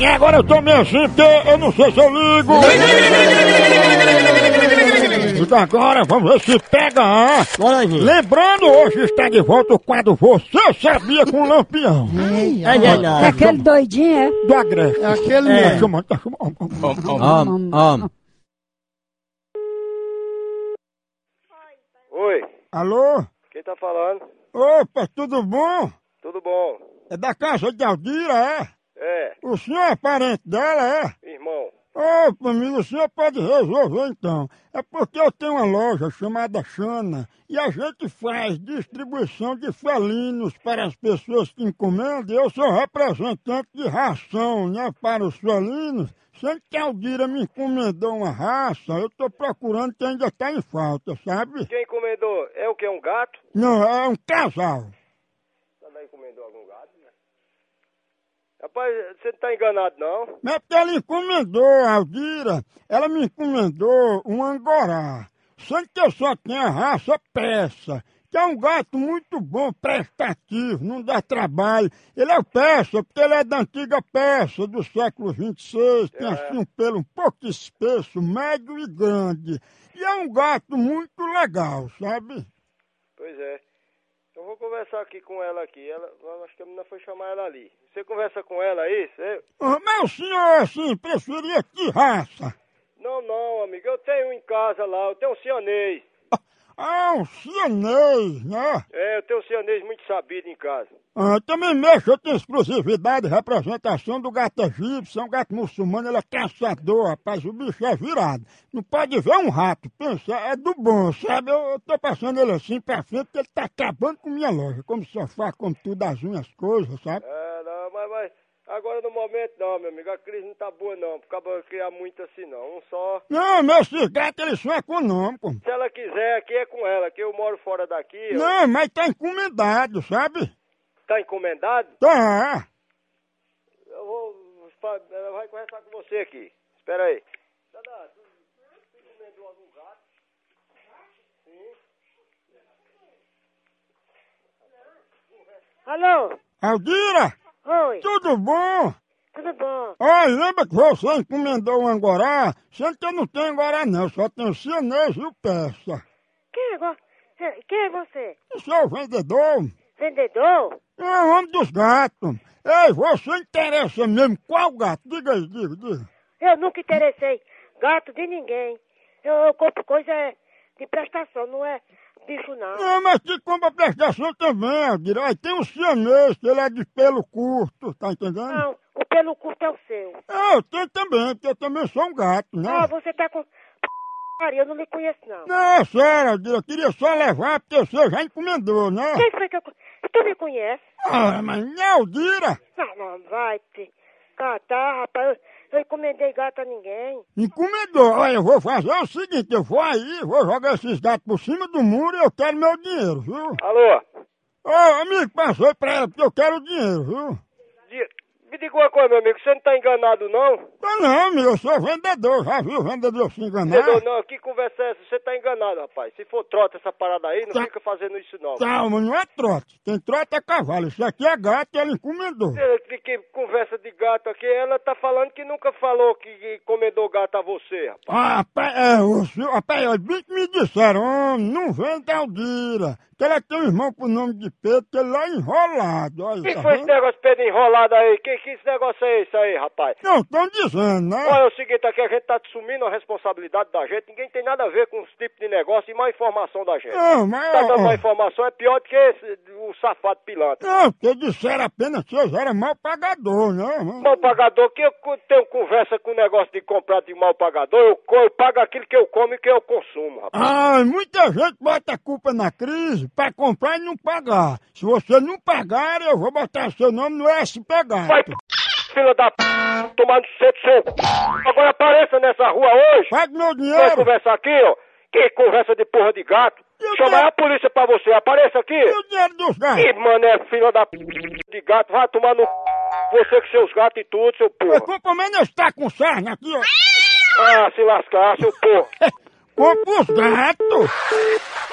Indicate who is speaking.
Speaker 1: E agora eu tô meio assim, porque eu não sei se eu ligo. Então agora vamos ver se pega. ah.
Speaker 2: Olha aí.
Speaker 1: Lembrando, hoje está de volta o quadro Você Sabia com o Lampião.
Speaker 2: Ai, ai,
Speaker 3: É
Speaker 2: ai.
Speaker 3: aquele doidinho, é?
Speaker 1: Do Agreste.
Speaker 4: Aquele
Speaker 2: É.
Speaker 1: Tá chamando, tá chamando.
Speaker 3: Om, om.
Speaker 5: Oi,
Speaker 1: Alô?
Speaker 5: quem tá falando?
Speaker 1: Opa, tudo bom?
Speaker 5: Tudo bom?
Speaker 1: É da casa de Aldira, é?
Speaker 5: É,
Speaker 1: O senhor é parente dela, é?
Speaker 5: irmão.
Speaker 1: Opa, amigo, o senhor pode resolver então. É porque eu tenho uma loja chamada Xana e a gente faz distribuição de felinos para as pessoas que encomendam. Eu sou representante de ração, né, para os felinos. Sempre que a Aldira me encomendou uma raça, eu estou procurando que ainda está em falta, sabe?
Speaker 5: Quem encomendou? É o que? Um gato?
Speaker 1: Não, é um casal.
Speaker 5: Também encomendou algum gato, né? Rapaz, você não tá enganado, não?
Speaker 1: Mas porque ela encomendou, a Aldira, ela me encomendou um angorá. Só que eu só tenho a raça peça, que é um gato muito bom, prestativo, não dá trabalho. Ele é o peça, porque ele é da antiga peça, do século XXVI, tem assim um pelo um pouco espesso, médio e grande. E é um gato muito legal, sabe?
Speaker 5: Pois é. Eu vou conversar aqui com ela aqui. Ela, eu acho que a menina foi chamar ela ali. Você conversa com ela aí? Você...
Speaker 1: Ah, Mas o senhor, assim, preferia que raça?
Speaker 5: Não, não, amigo. Eu tenho um em casa lá. Eu tenho um cianês.
Speaker 1: Ah, um cianês, né?
Speaker 5: É, eu tenho um cianês muito sabido em casa.
Speaker 1: Ah, também mexa tem exclusividade, representação do gato egípcio, é um gato muçulmano, ele é caçador, rapaz, o bicho é virado. Não pode ver um rato, pensa, é do bom, sabe? Eu, eu tô passando ele assim pra frente, porque ele tá acabando com minha loja, como sofá, como tudo, as unhas, coisas, sabe?
Speaker 5: É, não, mas, mas agora no momento não, meu amigo. A crise não tá boa, não. Acaba criar muito assim, não. Um só.
Speaker 1: Não, meus gatos, eles são econômicos.
Speaker 5: Se ela quiser, aqui é com ela, que eu moro fora daqui. eu-
Speaker 1: Não, mas tá encomendado, sabe?
Speaker 5: Tá encomendado?
Speaker 1: Tá.
Speaker 5: Eu vou. fa- Ela vai conversar com você aqui. Espera aí. Dada, tu tu encomendou algum gato? Sim.
Speaker 6: Alô?
Speaker 1: Aldira,
Speaker 6: Oi,
Speaker 1: tudo bom?
Speaker 6: tudo bom?
Speaker 1: Ó, lembra que você encomendou um angorá? Sendo que eu não tenho angorá não, só tenho cianês e o persa.
Speaker 6: Quem é, vo... é, quem é você?
Speaker 1: Eu sou o vendedor,
Speaker 6: Vendedor?
Speaker 1: eu é o homem dos gatos. Ei, você interessa mesmo qual gato? Diga aí, diga, diga.
Speaker 6: Eu nunca interessei gato de ninguém. Eu, eu compro coisa é, de prestação, não é bicho não.
Speaker 1: Não, mas que compra prestação também, Aldira. Olha, Tem o cianês, que ele é de pelo curto, tá entendendo?
Speaker 6: Não, o pelo curto é o seu.
Speaker 1: É, Eu tenho também, porque eu também sou um gato,
Speaker 6: Ah,
Speaker 1: né?
Speaker 6: você tá com... Eu não lhe conheço não.
Speaker 1: Não, é sério, Aldira, eu queria só levar porque você já encomendou, né?
Speaker 6: Quem foi que eu... con- Tu me conhece?
Speaker 1: Ah, mas não é Aldira.
Speaker 6: Não, não, vai te catar, rapaz. Eu, eu encomendei gato a ninguém.
Speaker 1: Encomendou, Um olha, eu vou fazer o seguinte, eu vou aí, vou jogar esses gatos por cima do muro e eu quero meu dinheiro, viu?
Speaker 5: Alô?
Speaker 1: Ô, amigo, passou pra ela, porque eu quero o dinheiro, viu?
Speaker 5: Di- Me diga uma coisa, meu amigo. Você não tá enganado, não?
Speaker 1: Tá não, amigo, eu sou vendedor, já viu o vendedor se enganar?
Speaker 5: Entendeu? Não, que conversa é essa? Você tá enganado, rapaz. Se for trota essa parada aí, não
Speaker 1: Tá.
Speaker 5: fica fazendo isso, não.
Speaker 1: Calma, não é trote, quem trota é cavalo, isso aqui é gato e ele encomendou.
Speaker 5: Ela tem Que conversa de gato aqui, ela tá falando que nunca falou que encomendou gato a você, rapaz.
Speaker 1: Ah, rapaz, é, o senhor, rapaz, olha, bem que me disseram, homem, não vende Aldira, que ela tem um irmão com o nome de Pedro, que ele lá é enrolado, olha,
Speaker 5: que
Speaker 1: tá
Speaker 5: foi esse
Speaker 1: vendo?
Speaker 5: negócio Pedro enrolado aí? Que, que esse negócio é esse aí, rapaz?
Speaker 1: Não, estão dizendo, né?
Speaker 5: Olha, é o seguinte aqui, a gente tá assumindo a responsabilidade da gente, ninguém tem nada a ver com esse tipo de negócio e má informação da gente.
Speaker 1: Não, mas...
Speaker 5: Tá dando
Speaker 1: ó,
Speaker 5: má informação, é pior do que esse, o safado pilantra.
Speaker 1: Não, porque disseram apenas que vocês eram mal pagador, né?
Speaker 5: Mal pagador, que eu co- tenho conversa com o negócio de comprar de mal pagador, eu, co- eu pago aquilo que eu como e que eu consumo, rapaz.
Speaker 1: Ah, muita gente bota a culpa na crise pra comprar e não pagar. Se você não pagar, eu vou botar seu nome no SP
Speaker 5: Vai,
Speaker 1: Gato.
Speaker 5: filha da p... tomar no centro seu. c****. Agora apareça nessa rua hoje,
Speaker 1: Pague meu
Speaker 5: nós
Speaker 1: dinheiro.
Speaker 5: conversar aqui, ó. Que conversa de porra de gato.
Speaker 1: Eu
Speaker 5: Chamar
Speaker 1: quero-
Speaker 5: a polícia pra você, apareça aqui.
Speaker 1: E o dinheiro dos gatos?
Speaker 5: Que mané, né, filha da p... de gato, vai tomar no c... você com seus gatos e tudo, seu
Speaker 1: Eu
Speaker 5: porra.
Speaker 1: compro menos tá com sarna aqui, ó.
Speaker 5: Ah, se lascar, seu porra.
Speaker 1: Compra os gatos.